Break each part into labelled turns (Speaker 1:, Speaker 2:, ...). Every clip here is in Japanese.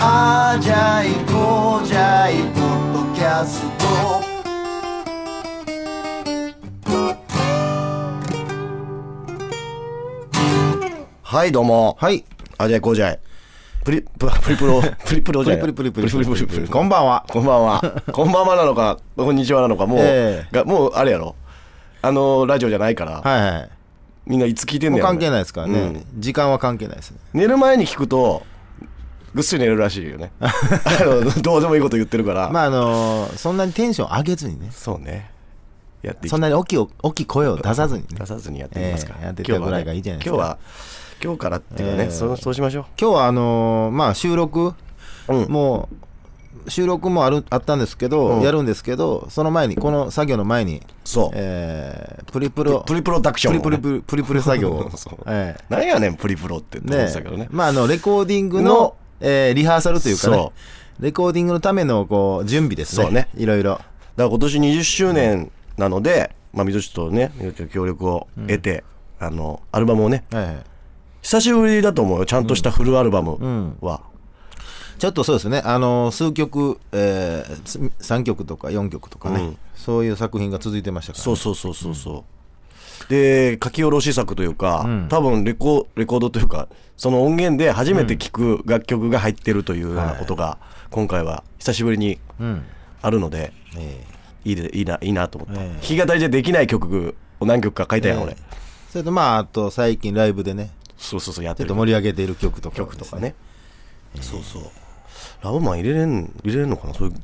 Speaker 1: あじゃいこうじゃいポッドキャスト」はいどうも
Speaker 2: はい。
Speaker 1: あじゃいこうじゃいプリプ プリプロプリプロじゃない
Speaker 2: プリプリプリ
Speaker 1: プ
Speaker 2: プ
Speaker 1: リ
Speaker 2: リプリ
Speaker 1: プリプ
Speaker 2: プ
Speaker 1: リ
Speaker 2: リ
Speaker 1: プリ
Speaker 2: こんばんは。
Speaker 1: こんば んは。こんばんはなのか、こんにちはなのか、もう、
Speaker 2: ええ
Speaker 1: がもうあれやろ。あのラジオじゃないから、
Speaker 2: はいはい。
Speaker 1: みんないつ聞いてん
Speaker 2: も
Speaker 1: ね
Speaker 2: う
Speaker 1: やろね
Speaker 2: 関係ないですから
Speaker 1: う
Speaker 2: ね
Speaker 1: ん。
Speaker 2: 時間は関係ないですね。
Speaker 1: 寝る前に聞くと、ぐっすり寝るらしいよ ね。あのどうでもいいこと言ってるから。
Speaker 2: まああのー、そんなにテンション上げずにね。
Speaker 1: そうね。やっていき
Speaker 2: そんなに大きいお大きい声を出さずにね。
Speaker 1: 出さずにやっていきますから。
Speaker 2: ええやってったぐらいがいいじゃないですか
Speaker 1: 今日はね、今日は今日からっていうかね、
Speaker 2: ええ
Speaker 1: そうそうしましょ
Speaker 2: 今日はあのー、まあ収録、
Speaker 1: う。うん。
Speaker 2: もう、収録もあるあったんですけ
Speaker 1: うん
Speaker 2: ど、やるんですけど、その前に、この作業の前に、
Speaker 1: そう、
Speaker 2: えープリプロ、
Speaker 1: プリプロダクションをね、
Speaker 2: プリプリプリプリ作業を
Speaker 1: そう。
Speaker 2: ええ
Speaker 1: なんやねん、プリプロってって思ってたけどね。
Speaker 2: まああのレコーディング
Speaker 1: の
Speaker 2: の、えーリハーサルというか
Speaker 1: そ
Speaker 2: ねレコーディングのためのこう準備ですね
Speaker 1: そうね
Speaker 2: いろいろ
Speaker 1: だから今年20周年なので、まあ、みどちとね、みどちの協力を得て、あの、アルバムをね、
Speaker 2: はいはい
Speaker 1: 久しぶりだと思うよ、ちゃんとしたフルアルバムは。
Speaker 2: ちょっとそうですねあの数曲、えー、3曲とか4曲とかね、
Speaker 1: うん
Speaker 2: そういう作品が続いてましたから
Speaker 1: そうそうそうそうそう。で、書き下ろし作というか、
Speaker 2: うん
Speaker 1: 多分レコレコードというか、その音源で初めて聴く楽曲が入ってるというようなことが、今回は久しぶりに
Speaker 2: うん
Speaker 1: あるので、
Speaker 2: え
Speaker 1: いいでいいな、いいなと思った。
Speaker 2: ええ
Speaker 1: 弾き語りじゃできない曲を何曲か書い
Speaker 2: ー
Speaker 1: たやん、
Speaker 2: えー
Speaker 1: 俺。
Speaker 2: それとまああと最近ライブでね
Speaker 1: そうそうそう、やっ
Speaker 2: ち
Speaker 1: て
Speaker 2: ょっと
Speaker 1: る
Speaker 2: 盛り上げている曲とか、
Speaker 1: 曲とかね、そうそうラブマン入れれん入れれんのかなそういう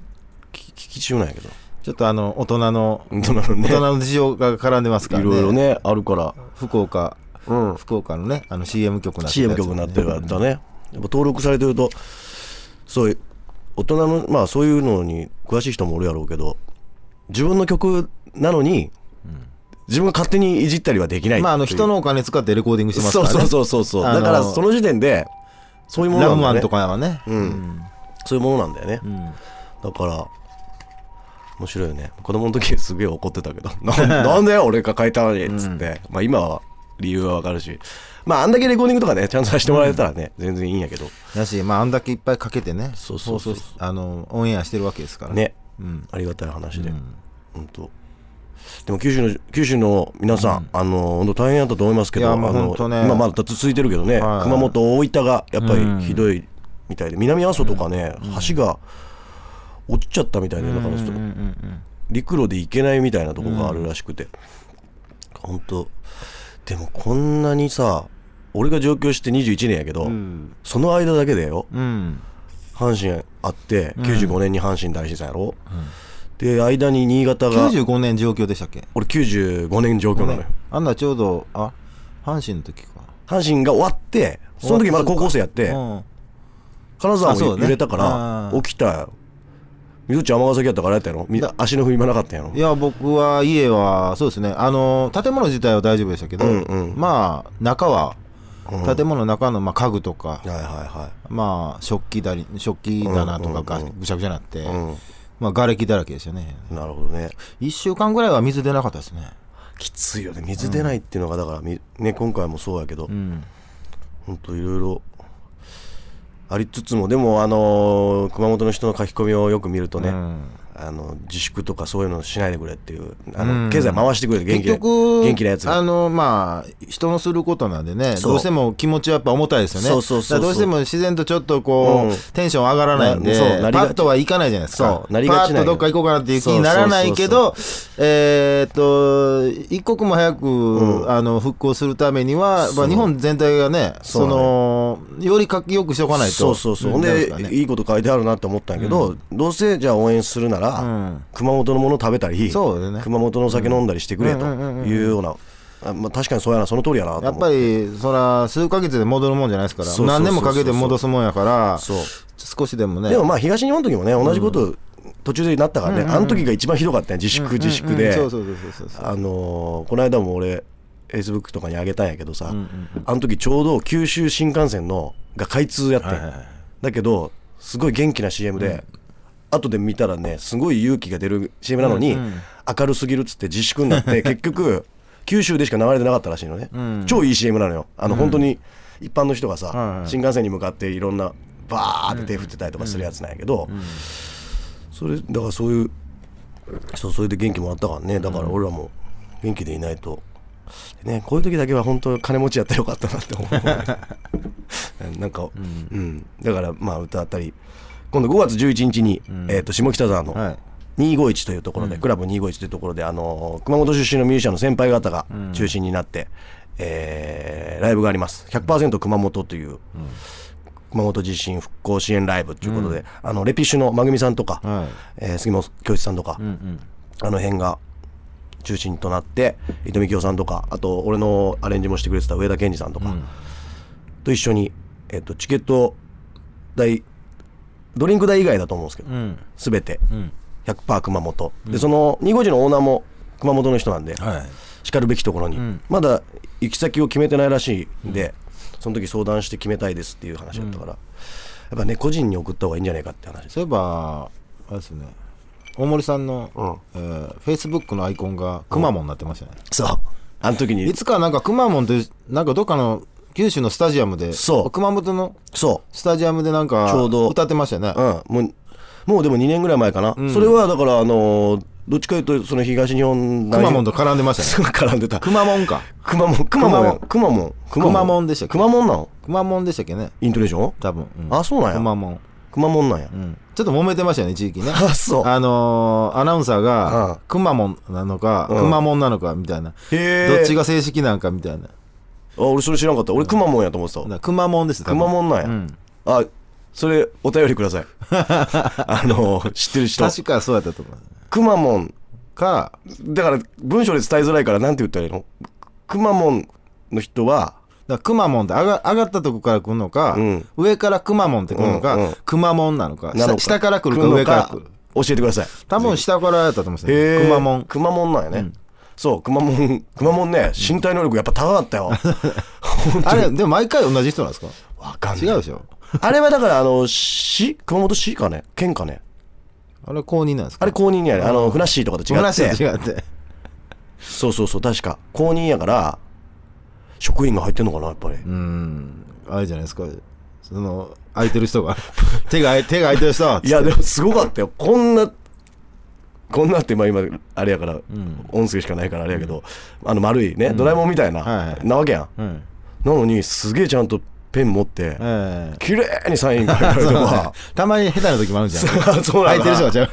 Speaker 1: き聞き中なんやけど
Speaker 2: ちょっとあの大人の
Speaker 1: 大人の
Speaker 2: 大
Speaker 1: ね
Speaker 2: 人の事情が絡んでますから
Speaker 1: い
Speaker 2: ね
Speaker 1: ろいろねあるから、
Speaker 2: 福岡
Speaker 1: うん、
Speaker 2: 福岡のねあの CM 曲になってたやつも
Speaker 1: CM
Speaker 2: ね
Speaker 1: 曲になってるからだねやっぱ登録されてるとそういう大人のまあそういうのに詳しい人もおるやろうけど自分の曲なのに、自分が勝手にいじったりはできない
Speaker 2: まあ、あの
Speaker 1: っていう
Speaker 2: 人のお金使ってレコーディングしてますか
Speaker 1: そう
Speaker 2: らね。
Speaker 1: そうそうそうそう
Speaker 2: あの
Speaker 1: だからその時点でそういうもの
Speaker 2: ラ
Speaker 1: な
Speaker 2: ブ
Speaker 1: んだ
Speaker 2: マ
Speaker 1: よね
Speaker 2: ンとかはね。
Speaker 1: うんそういうものなんだよね、
Speaker 2: うん
Speaker 1: だから面白いよね子供の時すげえ怒ってた けどなんなんだよ俺が書いたのにっつって、まあ今は理由はわかるしまああんだけレコーディングとかねちゃんとさせてもらえたらね、全然いいんやけど
Speaker 2: だし、まあ、あんだけいっぱいかけてね、
Speaker 1: そうそうそう
Speaker 2: 放送しあの、オンエアしてるわけですから。
Speaker 1: ね
Speaker 2: うん。
Speaker 1: ありがたい話で、
Speaker 2: う
Speaker 1: ほ
Speaker 2: ん
Speaker 1: ん、本当でも九州の九州の皆さん、あの本当大変やったと思いますけど
Speaker 2: い
Speaker 1: あ
Speaker 2: やもう
Speaker 1: の
Speaker 2: ほんとね
Speaker 1: 今まだ続いてるけどね、
Speaker 2: はい
Speaker 1: 熊本大分がやっぱ
Speaker 2: う
Speaker 1: り
Speaker 2: ん
Speaker 1: ひどいみたいで南阿蘇とかね、橋が落ちちゃったみたいでだからちょっと
Speaker 2: うんうんうん
Speaker 1: 陸路で行けないみたいなとこがあるらしくて、本当でもこんなにさ俺が上京して21年やけど、
Speaker 2: ん
Speaker 1: その間だけだよ
Speaker 2: うん。
Speaker 1: 阪神あって95年に阪神大震災やろ、で間に新潟が
Speaker 2: 95年上京でしたっけ
Speaker 1: 俺95年上京なのよ、
Speaker 2: あんなちょうど、あ、阪神の時か。
Speaker 1: 阪神が終わってその時まだ高校生やって
Speaker 2: うん
Speaker 1: 金沢
Speaker 2: あそう
Speaker 1: も
Speaker 2: だね
Speaker 1: 揺れたか
Speaker 2: あ
Speaker 1: ら
Speaker 2: ー
Speaker 1: 起きたよみどっち尼崎やったからあれやったやろみ足の踏み場なかったやろ
Speaker 2: いや、僕は家は、そうですね、あの、建物自体は大丈夫でしたけど、
Speaker 1: うんうん
Speaker 2: まあ、中は、
Speaker 1: うん
Speaker 2: 建物の中の、まあ、家具とか、
Speaker 1: はいは
Speaker 2: まあ、食器だり、食器棚とかがぐしゃぐしゃになって、
Speaker 1: いはい
Speaker 2: まあ、瓦礫だらけでしたね。
Speaker 1: うんなるほどね
Speaker 2: 1週間ぐらいは水出なかったですね。
Speaker 1: きついよね水出ないっていうのがだから、みね、今回もそうやけど、
Speaker 2: うん。
Speaker 1: ほんといろいろありつつもでもあのー熊本の人の書き込みをよく見るとね、
Speaker 2: うん
Speaker 1: あの自粛とかそういうのしないでくれっていうあ
Speaker 2: う
Speaker 1: の
Speaker 2: ん
Speaker 1: 経済回してくれって元
Speaker 2: 結
Speaker 1: 気な
Speaker 2: 局、
Speaker 1: 元気なやつが
Speaker 2: あの、まあ、人のすることなんでね、
Speaker 1: そう
Speaker 2: どうしても気持ちはやっぱ重たいですよね。
Speaker 1: そうそうそうそう
Speaker 2: だからどうしても自然とちょっとこう、
Speaker 1: うん
Speaker 2: テンション上がらないんで、
Speaker 1: なそうなりが
Speaker 2: パ
Speaker 1: ち
Speaker 2: ッとはいかないじゃないですか。
Speaker 1: そうなりがちなん
Speaker 2: パ
Speaker 1: よ
Speaker 2: ッとどっか行こうかなっていう気にならないけど、えーっと、一刻も早く、
Speaker 1: ん
Speaker 2: あの、復興するためには、ま
Speaker 1: そう
Speaker 2: あ、日本全体がね、
Speaker 1: そ
Speaker 2: そ
Speaker 1: う
Speaker 2: の、より活気よくしておかないと。
Speaker 1: そうそうそう、ほん
Speaker 2: ダメす
Speaker 1: で
Speaker 2: からね
Speaker 1: いいこと書いてあるなって思ったんやけど、どうせじゃあ応援するなら、
Speaker 2: うん
Speaker 1: 熊本のもの食べたり、
Speaker 2: そうだよね
Speaker 1: 熊本のお酒飲んだりしてくれというような、あまあ、確かにそうやなその通りやなと思
Speaker 2: やっぱりそら数ヶ月で戻るもんじゃないですから
Speaker 1: そうそうそうそう
Speaker 2: 何年もかけて戻すもんやから
Speaker 1: そう
Speaker 2: 少しでもね
Speaker 1: でもまあ東日本の時もね同じこと途中でなったからね、あの時が一番ひどかったね自粛自粛で、
Speaker 2: そうそうそうそうそう
Speaker 1: あのーこの間も俺 Facebook とかにあげたんやけどさ、あの時ちょうど九州新幹線のが開通やってん、だけどすごい元気な CM で、後で見たらねすごい勇気が出る CM なのに、明るすぎるっつって自粛になっ て結局九州でしか流れてなかったらしいのね、超いい CM なのよあの、本当に一般の人がさ、
Speaker 2: はいはい
Speaker 1: 新幹線に向かっていろんなバーって手振ってたりとかするやつなんやけど、それだからそういうそうそれで元気もらったからねだから俺らも元気でいないと、ね、こういう時だけは本当金持ちやったらよかったなって思 うなんか、うんだからまあ歌ったり今度5月11日に、えー、と下北沢の、
Speaker 2: はい
Speaker 1: 251というところで、クラブ251というところで、あのー熊本出身のミュージシャンの先輩方が中心になって、えーライブがあります。100%熊本という、熊本地震復興支援ライブということで、あの、レピッシュのまぐみさんとか、
Speaker 2: はい
Speaker 1: えー杉本教一さんとか、
Speaker 2: うんうん
Speaker 1: あの辺が中心となって、伊藤美京さんとか、あと、俺のアレンジもしてくれてた上田健二さんとか、と一緒に、えっ、と、チケット代、ドリンク代以外だと思うんですけど、
Speaker 2: うん
Speaker 1: すべて
Speaker 2: ん
Speaker 1: 100%熊本、でその25時のオーナーも熊本の人なんで、
Speaker 2: はい
Speaker 1: しかるべきところに、
Speaker 2: ん
Speaker 1: まだ行き先を決めてないらしいんで、その時相談して決めたいですっていう話だったから、やっぱね個人に送った方がいいんじゃないかって話です
Speaker 2: そういえばあれですね大森さんの、えー、フェイスブックのアイコンがくまモンになってましたね、
Speaker 1: そうあの時に
Speaker 2: いつかなんかくまモンってなんかどっかの九州のスタジアムで
Speaker 1: そう
Speaker 2: 熊本の
Speaker 1: そ
Speaker 2: スタジアムでなんか
Speaker 1: ちょうど
Speaker 2: 歌ってましたよね
Speaker 1: う、うん、もうもうでも2年ぐらい前かな、それはだからあのーどっちかというとその東日本
Speaker 2: くまモン
Speaker 1: と
Speaker 2: と絡んでましたね
Speaker 1: すぐ 絡んでた
Speaker 2: くまモンか
Speaker 1: くまモンくまモンくまモン
Speaker 2: くまモンでしたっけ
Speaker 1: くまモンなの
Speaker 2: くまモンでしたっけね
Speaker 1: イントネーション
Speaker 2: 多分、うん
Speaker 1: あそうなんや
Speaker 2: くまモン、
Speaker 1: くまモンなんや、
Speaker 2: うん、ちょっと揉めてましたよね一時期ね
Speaker 1: あそう
Speaker 2: あのーアナウンサー
Speaker 1: うん
Speaker 2: がくまモンなのかくまモンなのかみたいな
Speaker 1: へー
Speaker 2: どっちが正式なんかみたいな
Speaker 1: あ俺それ知らんかった俺くまモンやと思ってた
Speaker 2: なくまモンです
Speaker 1: くまモンなんや、
Speaker 2: ん
Speaker 1: あそれお便りくだ さいあの知ってる人
Speaker 2: 確かそうやったと思う
Speaker 1: くまモン
Speaker 2: か
Speaker 1: だから文章で伝えづらいからなんて言ったらいいのくまモンの人は
Speaker 2: だくまモンって上が上がったとこから来るのか、
Speaker 1: うん
Speaker 2: 上からくまモンって来るの
Speaker 1: うんうん
Speaker 2: かくまモンなのか
Speaker 1: なの
Speaker 2: 下下から来るか上から来る
Speaker 1: 教えてください
Speaker 2: 多分下からやったと思うんです
Speaker 1: へ
Speaker 2: よ
Speaker 1: え
Speaker 2: くまモ ン
Speaker 1: くまモンなんやね、そうくまモンくまモンね身体能力やっぱ高か ったよ本当
Speaker 2: あ
Speaker 1: に
Speaker 2: れでも毎回同じ人なんですか
Speaker 1: わかんない
Speaker 2: 違うでしょ
Speaker 1: あれはだからあの市熊本市かね県かね
Speaker 2: あれ公認なんですか
Speaker 1: あれ公認にあるあのフナッシーとかと違
Speaker 2: 違
Speaker 1: って
Speaker 2: 違って
Speaker 1: そうそうそう、確か。公認やから、職員が入ってんのかな、やっぱり。
Speaker 2: うんあれじゃないですかその空いてる人が手が手が空いてる人はい
Speaker 1: や、でもすごかったよ。こんな、こんなって、まあ今、あれやから、音声しかないからあれやけど、あの丸いね、ドラえもんみたいな、
Speaker 2: はいはい
Speaker 1: なわけやん。
Speaker 2: うん
Speaker 1: なのに、すげえちゃんとペン持って、
Speaker 2: ええ
Speaker 1: 綺麗にサイン書いてあるとか、
Speaker 2: たまに下手な時もあるじゃん
Speaker 1: そうな
Speaker 2: 空
Speaker 1: ん
Speaker 2: い
Speaker 1: だ
Speaker 2: てる人がちゃう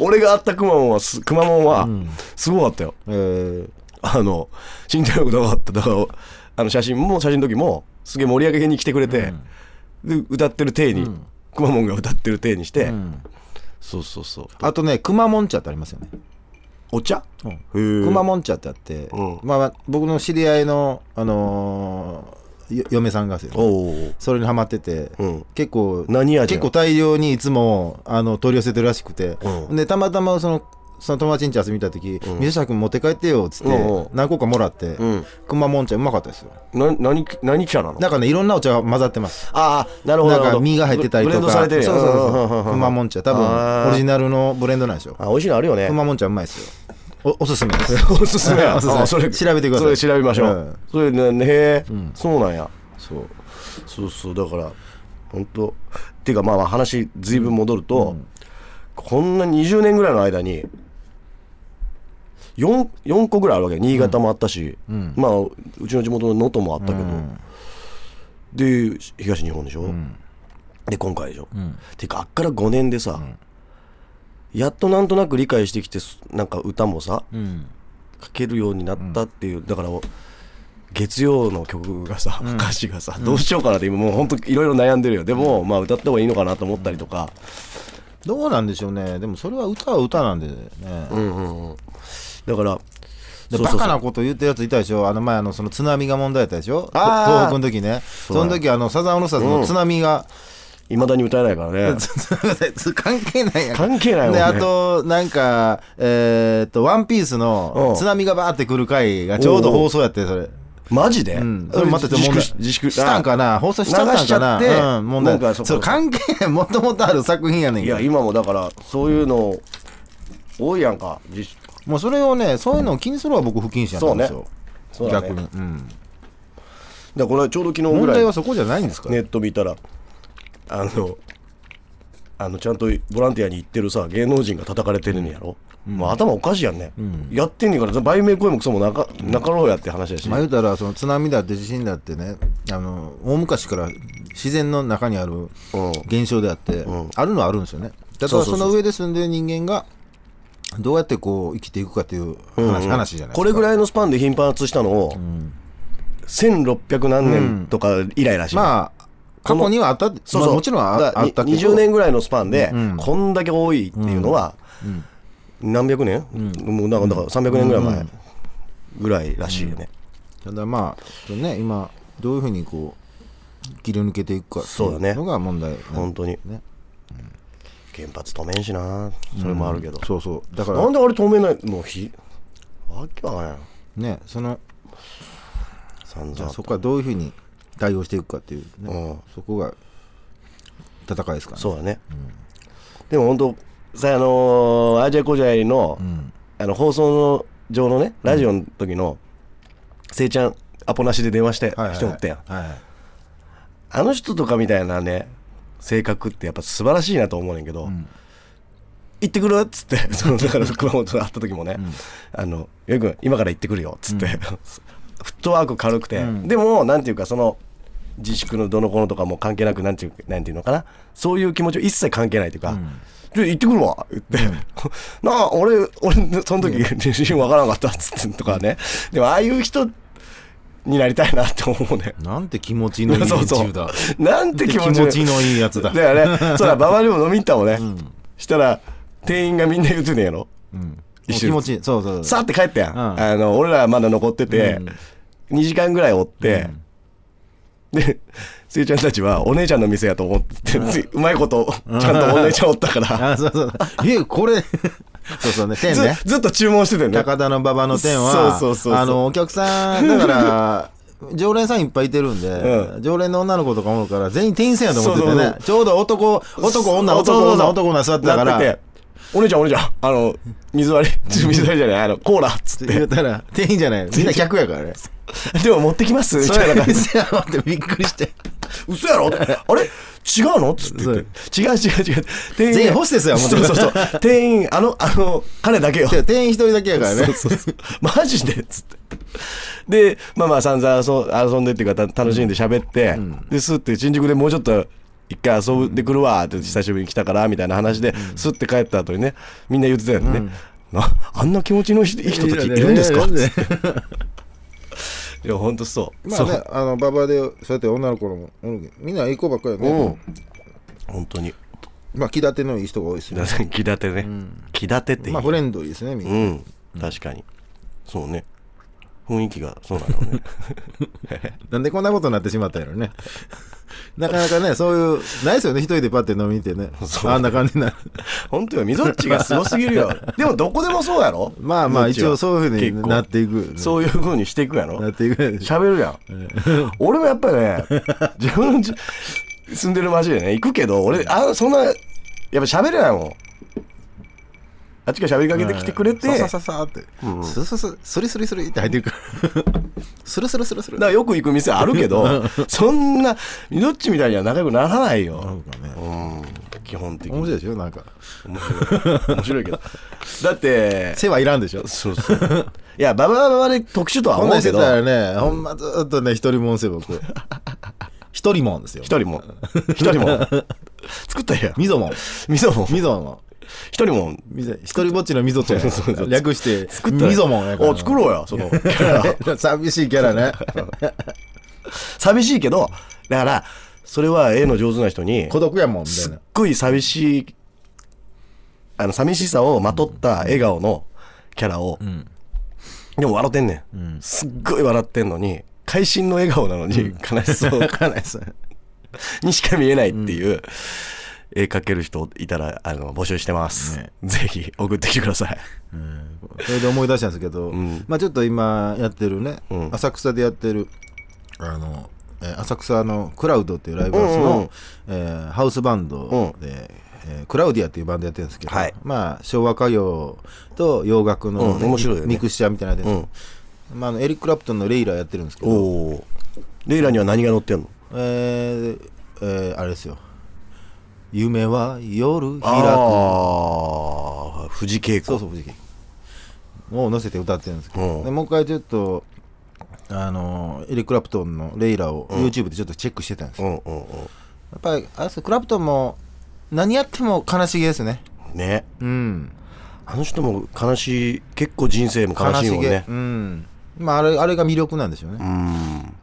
Speaker 1: 俺が会ったくまモンはす、くまモンは、すごかったよ。
Speaker 2: えー
Speaker 1: あの、身体能力高かった。だから、あの写真も、写真の時も、すげえ盛り上げに来てくれて、で、歌ってる体に、くまモンが歌ってる体にして、そうそうそう。
Speaker 2: あとね、くまモン茶ってありますよね。
Speaker 1: お茶、へ
Speaker 2: くま
Speaker 1: ン。
Speaker 2: モン茶ってあって
Speaker 1: うん、
Speaker 2: まあ、僕の知り合いの、あのーよ嫁さんがですよね
Speaker 1: おう
Speaker 2: それにハマってて
Speaker 1: うん、
Speaker 2: 結構、
Speaker 1: 何味
Speaker 2: 結構大量にいつもあの取り寄せてるらしくて
Speaker 1: う、ん
Speaker 2: で、たまたまその、その友達ん家遊びに行った時、水下君持って帰ってよっつっ
Speaker 1: うんうん
Speaker 2: て、何個かもらって
Speaker 1: ん、
Speaker 2: くまモン茶うまかったですよ。
Speaker 1: な何何茶なの
Speaker 2: なんかね、いろんなお茶混ざってます。
Speaker 1: ああ、なるほど
Speaker 2: な
Speaker 1: なんるほ
Speaker 2: か
Speaker 1: ど。
Speaker 2: 身が入ってたりと
Speaker 1: ブ
Speaker 2: か、
Speaker 1: レンドさ
Speaker 2: そう
Speaker 1: れて
Speaker 2: そう
Speaker 1: るやん
Speaker 2: そうそう、くまモン茶、多
Speaker 1: あ
Speaker 2: 分
Speaker 1: ー
Speaker 2: オリジナルのブレンドなんでしょう。
Speaker 1: あ美味しいのあるよね。
Speaker 2: くまモン茶うまいですよ。おおすすめです。
Speaker 1: おすすめ や。
Speaker 2: おすすめ
Speaker 1: あそれ
Speaker 2: 調べてください
Speaker 1: それ調べましょう。
Speaker 2: うん
Speaker 1: それねねへえ、そうなんや。
Speaker 2: そう。
Speaker 1: そうそうだから本当っていうかまあまあ話ずいぶん戻ると、こんな20年ぐらいの間に 4, 4個ぐらいあるわけ新潟もあったし、まあうちの地元の能登もあったけど、で東日本でしょ、で今回でしょ、ていうかあっから5年でさ、やっとなんとなく理解してきてすなんか歌もさ、
Speaker 2: うん。
Speaker 1: 書けるようになったっていう、だから月曜の曲がさ、歌詞がさ、どうしようかなって今もう本当いろいろ悩んでるよでも、まあ歌った方がいいのかなと思ったりとか、
Speaker 2: どうなんでしょうね。でもそれは歌は歌なんでね。
Speaker 1: うんうんうんだから
Speaker 2: で
Speaker 1: そう
Speaker 2: バ
Speaker 1: そうそ
Speaker 2: カ
Speaker 1: う
Speaker 2: なこと言ったやついたでしょ。あの前あのその津波が問題やったでしょ。
Speaker 1: あー
Speaker 2: 東北の時ね。その時あのサザンオールスターズの津波 が、
Speaker 1: いまだに歌えないからね
Speaker 2: 関係ないやん。
Speaker 1: 関係ないもんね
Speaker 2: で、あと、なんか、えーっと、ワンピース
Speaker 1: う
Speaker 2: の
Speaker 1: ん
Speaker 2: 津波がバーって来る回がちょうど放送やって、それ。
Speaker 1: マジで、
Speaker 2: うん、それまたちょっ
Speaker 1: 自
Speaker 2: と問
Speaker 1: 粛
Speaker 2: 題
Speaker 1: し自粛
Speaker 2: したんかな放送しちゃったんかな
Speaker 1: 流しちゃって
Speaker 2: うん、問題
Speaker 1: なんかそ
Speaker 2: そうう
Speaker 1: かそ
Speaker 2: 関
Speaker 1: うか
Speaker 2: 係 ないもともとある作品やねん
Speaker 1: い
Speaker 2: けど
Speaker 1: や今もだからそういうの多いやんか自粛
Speaker 2: もうそれをねそういうのを気にするのは僕不謹慎やっ
Speaker 1: そ
Speaker 2: た
Speaker 1: うんね
Speaker 2: ですよ、
Speaker 1: そうだね
Speaker 2: 逆に、うん、
Speaker 1: だからこれちょうど昨日ぐ
Speaker 2: 問
Speaker 1: らい
Speaker 2: 題はそこじゃないんですか
Speaker 1: ネット見たらあのあのちゃんとボランティアに行ってるさ芸能人が叩かれてるんやろ、もう頭おかしいやんね、やってんねんから売名行為もクソもなかなかろうやって話だし、
Speaker 2: まあ言うたらその津波だって地震だってねあの大昔から自然の中にある
Speaker 1: うん
Speaker 2: 現象であって、
Speaker 1: うん
Speaker 2: あるのはあるんですよねだか
Speaker 1: そう
Speaker 2: ら
Speaker 1: そうそう
Speaker 2: その上で住んでる人間がどうやってこう生きていくかという話,、話じゃないですか
Speaker 1: これぐ
Speaker 2: い
Speaker 1: らいのスパンで頻発したのを、1600何年とか以来らしい、
Speaker 2: まあ過去にはあった
Speaker 1: そう
Speaker 2: ま
Speaker 1: そう、
Speaker 2: あもちろんあ
Speaker 1: だか
Speaker 2: あ
Speaker 1: ら
Speaker 2: ったけど
Speaker 1: 20年ぐらいのスパンで、
Speaker 2: うん
Speaker 1: こんだけ多いっていうのは、何百年、もうなんかだから300年ぐらい前ぐらいらしいよね、
Speaker 2: ただまあ、ね、今どういうふうにこう切り抜けていくか
Speaker 1: そうだね
Speaker 2: っていのが問題なんですね
Speaker 1: 本当に原発止めんしなそれもあるけど、
Speaker 2: そうそうだか
Speaker 1: なん
Speaker 2: ら
Speaker 1: であれ止めないもう火わけわからんやん
Speaker 2: ねその
Speaker 1: 散
Speaker 2: じゃあ
Speaker 1: 々
Speaker 2: そこはどういうふうに対応していくかっていう、ね
Speaker 1: うん
Speaker 2: そこが戦いですからね
Speaker 1: そうだね、でも本当さあのー、あーじゃこじゃりの,、
Speaker 2: ん
Speaker 1: あの放送上のねラジオの時の、せいちゃんアポなしで電話して
Speaker 2: はいはいはい
Speaker 1: 人おったやん、
Speaker 2: はいはい
Speaker 1: あの人とかみたいなね性格ってやっぱ素晴らしいなと思うねんけど、行ってくるっつってそのだから熊本で会った時もね「あのよく今から行ってくるよ」っつって、 フットワーク軽くて、
Speaker 2: ん
Speaker 1: でもなんていうかその自粛のどの頃とかも関係なくなんていうなんていうのかなそういう気持ちを一切関係ないというか。ちょ行ってくるわ言って、 なあ俺俺その時自信わからなかったっつってとかねでもああいう人になりたいなって思うね
Speaker 2: なんて気持ちのいい
Speaker 1: そう
Speaker 2: 連
Speaker 1: そう
Speaker 2: 中だ
Speaker 1: なんて
Speaker 2: なんて
Speaker 1: 気
Speaker 2: 気
Speaker 1: 持
Speaker 2: 持
Speaker 1: ちのいい
Speaker 2: ちのいいやつだ
Speaker 1: だよね。 そうだ、馬場でも飲み行ったもんね。したら、店員がみんな言うてねやろ。
Speaker 2: うん
Speaker 1: 一緒
Speaker 2: 気持ちいいそうそうそう
Speaker 1: さーって帰ったやん。
Speaker 2: うん
Speaker 1: あの、俺らまだ残ってて、2時間ぐらいおって、で、せいちゃんたちはお姉ちゃんの店やと思ってて、うまいこと、ちゃんとお姉ちゃんおったから、
Speaker 2: あそうそうえこれ そうそうね天
Speaker 1: ず
Speaker 2: ね
Speaker 1: ずっと注文しててね。
Speaker 2: 高田の馬場の店は
Speaker 1: そうそうそうそう
Speaker 2: あのお客さんだから 常連さんいっぱいいてるんで、
Speaker 1: う
Speaker 2: 常連の女の子とかおるから全員店員さんやと思っててね
Speaker 1: そうそうそう
Speaker 2: ちょうど男男女
Speaker 1: そう
Speaker 2: 男
Speaker 1: そうそ
Speaker 2: 女
Speaker 1: う
Speaker 2: 男女座ってたから
Speaker 1: なっててお姉ちゃんお姉ちゃん、あの、水割り、水割りじゃない、あの、コーラっつっ
Speaker 2: 言
Speaker 1: て。
Speaker 2: うたら店員じゃないみんな客やから ね
Speaker 1: でも持ってきますみ
Speaker 2: そ
Speaker 1: たいな
Speaker 2: れ
Speaker 1: 感じ。
Speaker 2: 店やろってびっくりして
Speaker 1: 嘘やろあれ違うのっつって言って。違う違う違う。店
Speaker 2: 全員ホステスや思って
Speaker 1: そ
Speaker 2: る
Speaker 1: うそうそう。店員、あの、あの、彼だけ よ。
Speaker 2: 店員一人だけやからね
Speaker 1: そうそうそう マジでっつって。で、まあまあ散々遊遊んでっていうか、た楽しんで喋って、で、すって新宿でもうちょっと、一回遊んでくるわって久しぶりに来たからみたいな話で、すって帰った後にね、みんな言ってたよね。なあんな気持ちのいい人たちいるんですか
Speaker 2: いやいや
Speaker 1: いや、ほんとそう。
Speaker 2: まあ
Speaker 1: そ
Speaker 2: ね
Speaker 1: う。
Speaker 2: あの馬場でそうやって女の子もおるけどみんないい子ばっかりやね
Speaker 1: 本当に。
Speaker 2: まあ気立てのいい人が多いです ね
Speaker 1: 気立てね。気立てっていい
Speaker 2: まあフレンドリーですねみんな
Speaker 1: うん、確かに。そうね。雰囲気がそうなのね。
Speaker 2: なんでこんなことになってしまったんやろね。 なかなかね、そういう、ないですよね、一人でパッて飲みに行ってね。あんな感じになる。
Speaker 1: 本当よ、みぞっちがすごすぎ るよ。でもどこでもそうやろ
Speaker 2: まあまあ、
Speaker 1: みぞっ
Speaker 2: 一
Speaker 1: ちは
Speaker 2: 応そういうふう
Speaker 1: 結
Speaker 2: に
Speaker 1: 構
Speaker 2: なっていくよね、
Speaker 1: そういうふうにしていくやろ
Speaker 2: なっていくよね。
Speaker 1: 喋るやん。俺もやっ ぱね、自分のじ住んでる街でね、行くけど、俺、あそんな、やっぱ喋れないもん。あっちから喋りかけてきてくれて、
Speaker 2: さ
Speaker 1: だ
Speaker 2: さ
Speaker 1: か
Speaker 2: ささって、スルスルスル、スリスリスリって入ってい くから。スルスルスルスル。
Speaker 1: らよく行く店あるけど、そんな、みぞっちみたいには仲良くならないよ。
Speaker 2: なんかね、
Speaker 1: うん、基本的に。
Speaker 2: 面白いでしょなんか。
Speaker 1: 面白い面白いけどだ って
Speaker 2: 背はいらんでしょ
Speaker 1: そうそう いやバババババで特殊とは
Speaker 2: こん
Speaker 1: 思
Speaker 2: な
Speaker 1: うん
Speaker 2: し
Speaker 1: け
Speaker 2: て
Speaker 1: ど
Speaker 2: たらね、ほんまずっとね、一人もんすよ、僕。一人もんですよ。
Speaker 1: 一人も一人も作ったやん
Speaker 2: みぞもん。
Speaker 1: みぞも
Speaker 2: みぞもん。
Speaker 1: 一人も
Speaker 2: みぞ一人ぼっちのみぞちゃんや
Speaker 1: そうそう。
Speaker 2: 略して、
Speaker 1: 作った
Speaker 2: みぞもんやから
Speaker 1: お作ろうやそ のキャラ
Speaker 2: 寂しいキャラ ね。
Speaker 1: 寂しいけどだからそれは絵の上手な人に
Speaker 2: 孤独やもんみたい
Speaker 1: すっ
Speaker 2: な。
Speaker 1: ごい寂しいあの寂しさをまとった笑顔のキャラを、でも笑ってんねん、すっごい笑ってんのに会心の笑顔なのに悲し そう、にしか見えないっていう、絵描ける人いたらあの募集してます、
Speaker 2: ね
Speaker 1: ぜひ送ってきてください
Speaker 2: それで思い出したんですけど、
Speaker 1: ん
Speaker 2: まあちょっと今やってるね、
Speaker 1: ん
Speaker 2: 浅草でやってる、あの、えー浅草のクラウドっていうライブハウス
Speaker 1: うんうん
Speaker 2: の、えーハウスバンドで、えークラウディアっていうバンドやってるんですけど、
Speaker 1: はい
Speaker 2: まあ昭和歌謡と洋楽のね、
Speaker 1: うん面白いよね
Speaker 2: ミクスチャーみたいなやつ、
Speaker 1: うん
Speaker 2: まああのエリック・クラプトンのレイラーやってるんですけど、
Speaker 1: おおレイラには何が載ってんの
Speaker 2: えー、えー、あれですよ夢は夜開く
Speaker 1: ああ藤恵子
Speaker 2: そうそう藤木を乗せて歌ってるんですけ
Speaker 1: う
Speaker 2: ど
Speaker 1: ん
Speaker 2: でもう一回ちょっとあのエリック・クラプトンの「レイラ」を YouTube でちょっとチェックしてたんですよ、
Speaker 1: うんうんう
Speaker 2: やっぱりあれですよクラプトンも何やっても悲しげですね
Speaker 1: んね
Speaker 2: うん
Speaker 1: あの人も悲しい結構人生も悲しいもんね
Speaker 2: うんまああれあれが魅力なんでしょう
Speaker 1: う
Speaker 2: ね、
Speaker 1: ん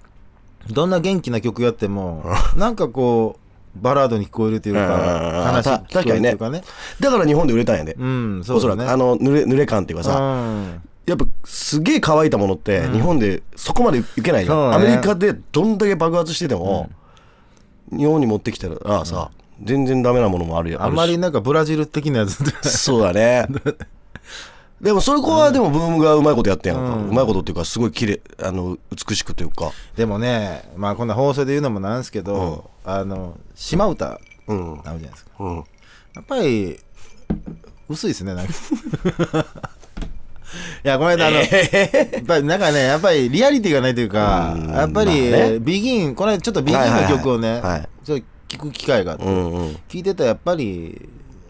Speaker 2: どんな元気な曲やってもなんかこうバラードに聞こえるという
Speaker 1: うん
Speaker 2: か悲しい
Speaker 1: た
Speaker 2: 聞こえるというかね
Speaker 1: だから日本で売れたんやで、
Speaker 2: うんそ
Speaker 1: お
Speaker 2: う
Speaker 1: そ
Speaker 2: で
Speaker 1: ら
Speaker 2: すね
Speaker 1: くあの濡れ濡れ感っていうかさ、
Speaker 2: うん
Speaker 1: やっぱすげえ乾いたものって日本でそこまで受けないよ、
Speaker 2: そう
Speaker 1: ア
Speaker 2: ね
Speaker 1: メリカでどんだけ爆発してても、日本に持ってきたらさ、全然ダメなものもあるや
Speaker 2: あんまり
Speaker 1: る
Speaker 2: なんかブラジル的なやつって
Speaker 1: し そうだ ねでもそれこはでもブームがうまいことやってんやんか、う
Speaker 2: うん
Speaker 1: まいことっていうかすごい綺麗あの美しくというか
Speaker 2: でもね、まあこんな放送で言うのもなんですけど、あの島唄
Speaker 1: うん
Speaker 2: あ
Speaker 1: うん
Speaker 2: るじゃないですか。やっぱり薄いですねなん か。いやこの間あの、やっぱりなんかねやっぱりリアリティがないというか、
Speaker 1: うん
Speaker 2: やっぱり、
Speaker 1: まあね
Speaker 2: ビギンこの間ちょっとビギンの曲をね、
Speaker 1: はいはいはい
Speaker 2: ちょっと聞く機会があって、
Speaker 1: うんうん
Speaker 2: 聞いてたらやっぱり。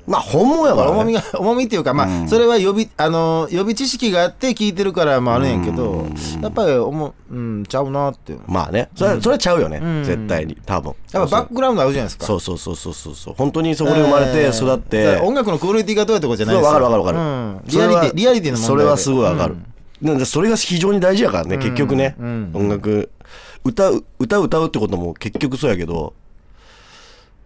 Speaker 1: まあ本物やから、ね、
Speaker 2: 重みが重みっていうか、まあそれは予備あの予備知識があって聞いてるからもあるんやけど、やっぱりおも、うん、ちゃうなっていう
Speaker 1: まあねそれ,、それはちゃうよね、
Speaker 2: ん
Speaker 1: 絶対に多分
Speaker 2: やっぱバックグラウンドあるじゃないですか
Speaker 1: そうそうそうそうそうそう本当にそこで生まれて育って、
Speaker 2: えー音楽のクオリティがどうやってことじゃない
Speaker 1: そう
Speaker 2: です
Speaker 1: わかるわかるわ
Speaker 2: う
Speaker 1: かる、
Speaker 2: ん、リアリティリアリティの問題で
Speaker 1: それはすごいわかる、なんでそれが非常に大事やからね、結局ね、
Speaker 2: うん
Speaker 1: 音楽歌う歌う歌うってことも結局そうやけど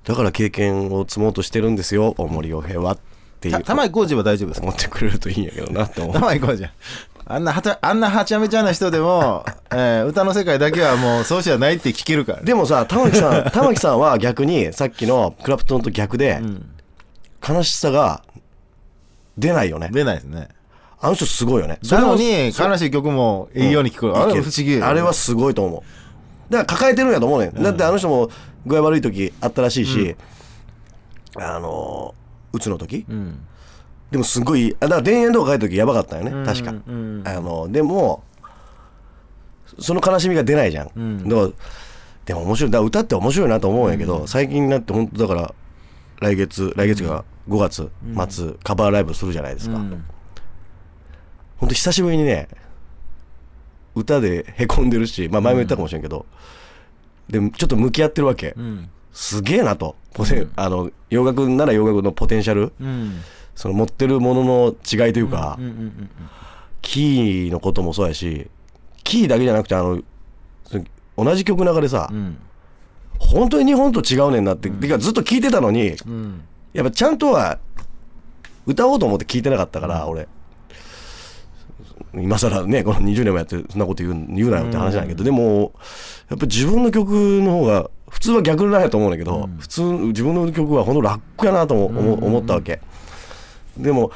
Speaker 1: だから経験を積もうとしてるんですよ大森洋平はっていう
Speaker 2: た玉井浩二は大丈夫ですか
Speaker 1: 思ってくれるといいんやけどなって思う
Speaker 2: 玉井浩二はあんなはたあんなはちゃめちゃな人でも、えー歌の世界だけはもうそうじゃないって聞けるからね
Speaker 1: でもさ玉木さ ん玉木さんは逆にさっきのクラプトンと逆で、悲しさが出ないよね
Speaker 2: 出ないですね
Speaker 1: あの人すごいよね
Speaker 2: なの
Speaker 1: それ
Speaker 2: に悲しい曲もいいように聞こえる、あれは不思議
Speaker 1: あれはすごいと思うだから抱えてるんやと思うねん、だってあの人も具合悪い時あったらしいし、あのうつの時、
Speaker 2: ん
Speaker 1: でもすごいあだから田園とか書いた時やばかったよね、確か、
Speaker 2: うん
Speaker 1: あのでもその悲しみが出ないじゃん、だからでも面白いだから歌って面白いなと思うんやけど、最近になって本当だから来月来月が5月末、カバーライブするじゃないですか、
Speaker 2: うん
Speaker 1: 本当久しぶりにね歌でへこんでるし、まあ、前も言ったかもしれんけど、でちょっと向き合ってるわけ、
Speaker 2: うん
Speaker 1: すげえなとポテンあの洋楽なら洋楽のポテンシャル
Speaker 2: うん
Speaker 1: その持ってるものの違いというか、
Speaker 2: うんうん
Speaker 1: キーのこともそうやしキーだけじゃなくてあのその同じ曲流れさ、
Speaker 2: うん
Speaker 1: 本当に日本と違うねんなって、てかずっと聴いてたのに、
Speaker 2: うん
Speaker 1: やっぱちゃんとは歌おうと思って聞いてなかったから、俺今更ねこの20年もやってそんなこと言う言うなよって話なんやけど、でもやっぱ自分の曲の方が普通は逆なんやと思うんだけど、普通自分の曲はほんと楽やなとも思,、思ったわけでも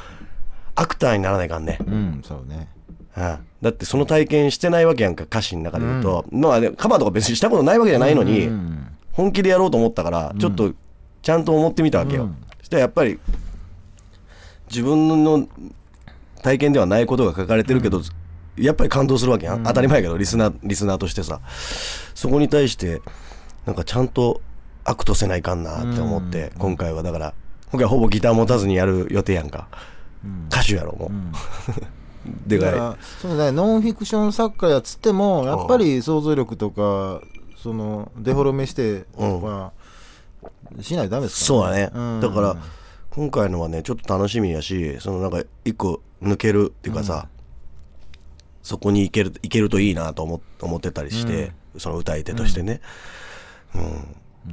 Speaker 1: アクターにならないかんね、
Speaker 2: うんそうね
Speaker 1: うんだってその体験してないわけやんか歌詞の中で言うと、まあねカバーとか別にしたことないわけじゃないのに、
Speaker 2: うん
Speaker 1: 本気でやろうと思ったから、ちょっとちゃんと思ってみたわけよ、そしたらやっぱり自分の体験ではないことが書かれてるけど、やっぱり感動するわけやん、当たり前やけどリスナーリスナーとしてさそこに対してなんかちゃんと悪とせないかんなって思って、今回はだから今回ほぼギター持たずにやる予定やんか、歌手やろもう、で
Speaker 2: だ
Speaker 1: か
Speaker 2: か
Speaker 1: い
Speaker 2: らそうねノンフィクション作家やつってもやっぱり想像力とかそのデフォルメしてはしないとダメですか
Speaker 1: そうだね、
Speaker 2: うん
Speaker 1: だから今回のはねちょっと楽しみやしそのなんか一個抜けるっていうかさ、そこに行ける行けるといいなと思思ってたりして、その歌い手としてねう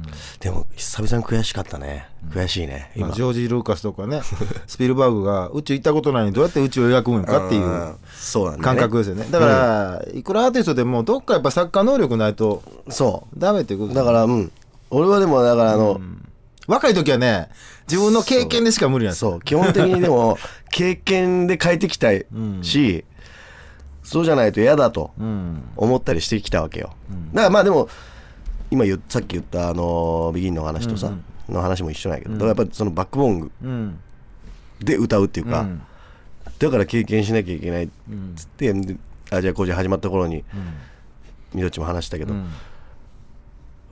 Speaker 1: ん、でも久々に悔しかったね悔しいね
Speaker 2: ま
Speaker 1: 今、
Speaker 2: あジョージ・ルーカスとかね スピルバーグが宇宙行ったことないのにどうやって宇宙を描くんかっていう
Speaker 1: うんそうなんだよ
Speaker 2: 感
Speaker 1: ね
Speaker 2: 覚ですよねだからいくらアーティストでもどっかやっぱ作家能力ないと
Speaker 1: そ
Speaker 2: ダメっていうこ
Speaker 1: う
Speaker 2: と
Speaker 1: だからうん俺はでもだからあの、
Speaker 2: 若い時はね自分の経験でしか無理なんです
Speaker 1: そう基本的にでも経験で変えてきたいし、そうじゃないと嫌だと、
Speaker 2: うん
Speaker 1: 思ったりしてきたわけよ、だからまあでも今言っさっき言ったあのビギンの話とさ、の話も一緒なんやけど、だからやっぱりそのバックボーン
Speaker 2: うん
Speaker 1: で歌うっていうか、
Speaker 2: うん
Speaker 1: だから経験しなきゃいけないっつって、であじゃあ工事始まった頃に、みどっちも話したけど、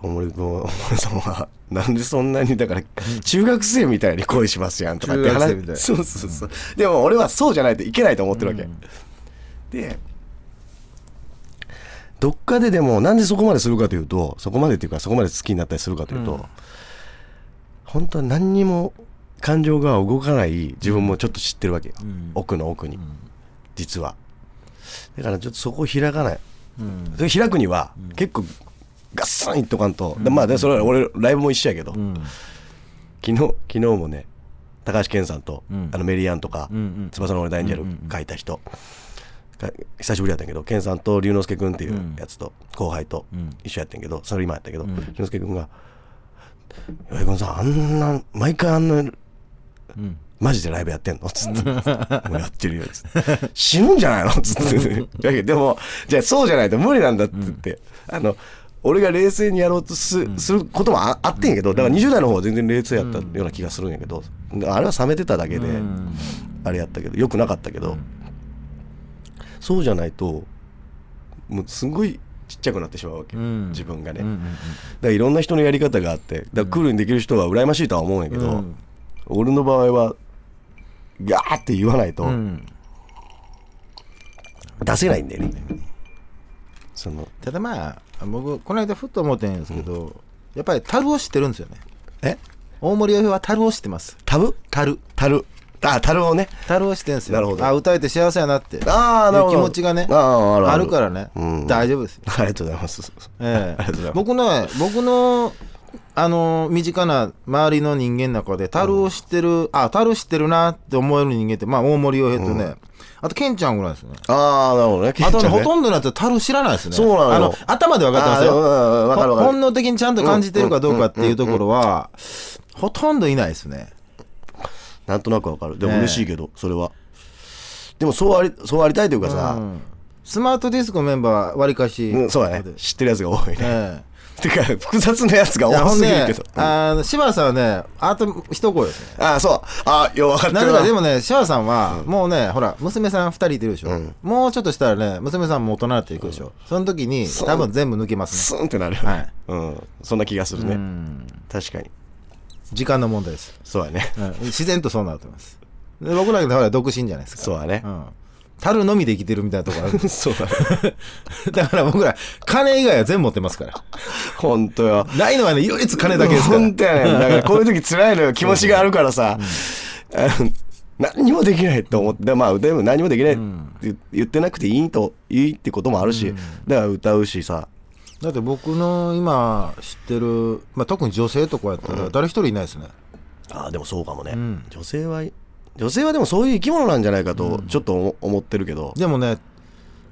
Speaker 1: 大森君も大森さんはなんでそんなにだから中学生みたいに恋しますやんとかって
Speaker 2: 中学生みたい
Speaker 1: 話そうそうそう、でも俺はそうじゃないといけないと思ってるわけ、
Speaker 2: うん
Speaker 1: でどっかででもなんでそこまでするかというとそこまでっていうかそこまで好きになったりするかというと、
Speaker 2: うん
Speaker 1: 本当は何にも感情が動かない自分もちょっと知ってるわけよ、
Speaker 2: うん
Speaker 1: 奥の奥に、実はだからちょっとそこを開かない
Speaker 2: うん
Speaker 1: それ開くには結構ガッサンいっとかんと、でまあでそれは俺ライブも一緒やけど、
Speaker 2: うん
Speaker 1: 昨日昨日もね高橋健さんと、
Speaker 2: うん
Speaker 1: あのメリーアンとか、
Speaker 2: うんうん
Speaker 1: 翼の俺大エンジェ
Speaker 2: うんうんう
Speaker 1: ル
Speaker 2: ん
Speaker 1: 書いた人、が久しぶりやったんやけど健さんと龍之介君っていうやつと後輩と
Speaker 2: うん
Speaker 1: 一緒やってんけどそれ今やったけど、
Speaker 2: うん
Speaker 1: 龍之介君が「岩井君さんあんな毎回あんな
Speaker 2: うん
Speaker 1: マジでライブやってんの?」つって「もうやってるよ」つって「死ぬんじゃないの?」つってでもじゃあそうじゃないと無理なんだって言って、あの俺が冷静にやろうとす,、することもああってんやけどだから20代の方は全然冷静やったような気がするんやけど、あれは冷めてただけで、
Speaker 2: うん
Speaker 1: あれやったけどよくなかったけど、そうじゃないともうすごいちっちゃくなってしまうわけ、
Speaker 2: うん
Speaker 1: 自分がね、
Speaker 2: うんう
Speaker 1: だ
Speaker 2: ん
Speaker 1: からいろんな人のやり方があってだからクールにできる人は羨ましいとは思うんやけど、
Speaker 2: うん
Speaker 1: 俺の場合はガーって言わないと
Speaker 2: うん
Speaker 1: 出せないんだよね、その
Speaker 2: ただまあ僕この間ふっと思ってんですけど、やっぱり樽を知ってるんですよね
Speaker 1: え
Speaker 2: 大森洋平は樽を知ってます
Speaker 1: タブ
Speaker 2: 樽
Speaker 1: 樽あ樽をね
Speaker 2: 樽を知ってるんですよ
Speaker 1: なるほど
Speaker 2: あ歌えて幸せやなって
Speaker 1: ああなるほ
Speaker 2: い
Speaker 1: ど
Speaker 2: う気持ちがね
Speaker 1: ああある
Speaker 2: あ
Speaker 1: ある
Speaker 2: るからね、
Speaker 1: うん
Speaker 2: 大丈夫ですよ、
Speaker 1: ありがとうございます
Speaker 2: ええ
Speaker 1: りがとうございます
Speaker 2: 僕ね僕のあの身近な周りの人間の中で樽を知ってる、あ樽知ってるなって思える人間ってまあ大森洋平とね、あとケンちゃんぐらいですね
Speaker 1: ああなるほどね
Speaker 2: あとね、ほ
Speaker 1: ん
Speaker 2: とんどのやつは樽知らないですね。
Speaker 1: そうなのよ
Speaker 2: あの、頭で分かってます
Speaker 1: あ
Speaker 2: よ。
Speaker 1: うんうんわかるわ
Speaker 2: ほ
Speaker 1: かる
Speaker 2: 本能的にちゃんと感じてるかどうかっていうところは、ほとんどいないですね。
Speaker 1: なんとなくわかるでも
Speaker 2: ねえ
Speaker 1: 嬉しいけどそれはでもそうありそうありたいというかさ、
Speaker 2: うんスマートディスクのメンバーはわりかし、
Speaker 1: うん、そうだね知ってるやつが多いね
Speaker 2: え
Speaker 1: てか複雑なやつが
Speaker 2: えいや
Speaker 1: 多
Speaker 2: ほん
Speaker 1: すぎる
Speaker 2: ね
Speaker 1: けど、あ
Speaker 2: あの柴田さんはね、あと一声ですね。
Speaker 1: あそうあよう分かって
Speaker 2: な
Speaker 1: る
Speaker 2: ぜ
Speaker 1: わ
Speaker 2: かでもね、シャワさんは、もうね、ほら、娘さん2人いてるでしょ、もうちょっとしたらね、娘さんも大人になっていくでしょ、その時に、
Speaker 1: そう
Speaker 2: 多分全部抜けます
Speaker 1: スンってなるよね、
Speaker 2: はい
Speaker 1: うん、そんな気がする
Speaker 2: ね、
Speaker 1: ね、
Speaker 2: うん
Speaker 1: 確かに
Speaker 2: 時間の問題です、
Speaker 1: そうだね
Speaker 2: うん自然とそうなると思います。で僕らだから独身じゃないですか。
Speaker 1: そうだね
Speaker 2: う、ん樽のみで生きてるみたいなとこ ある
Speaker 1: そうだね
Speaker 2: だから僕ら金以外は全部持ってますから
Speaker 1: 本当よ
Speaker 2: ないのはね唯一金だけですから
Speaker 1: 本当やねだからこういう時辛いのよ気持ちがあるからさ、あの 何にもできないと思ってでまあでも何もできないって言ってなくていいといいってこともあるし、だから歌うしさ
Speaker 2: だって僕の今知ってる、まあ、特に女性とかやったら誰一人いないですね、
Speaker 1: あーでもそうかもね、
Speaker 2: ん
Speaker 1: 女性は女性はでもそういう生き物なんじゃないかとちょっと思思ってるけど、
Speaker 2: でもね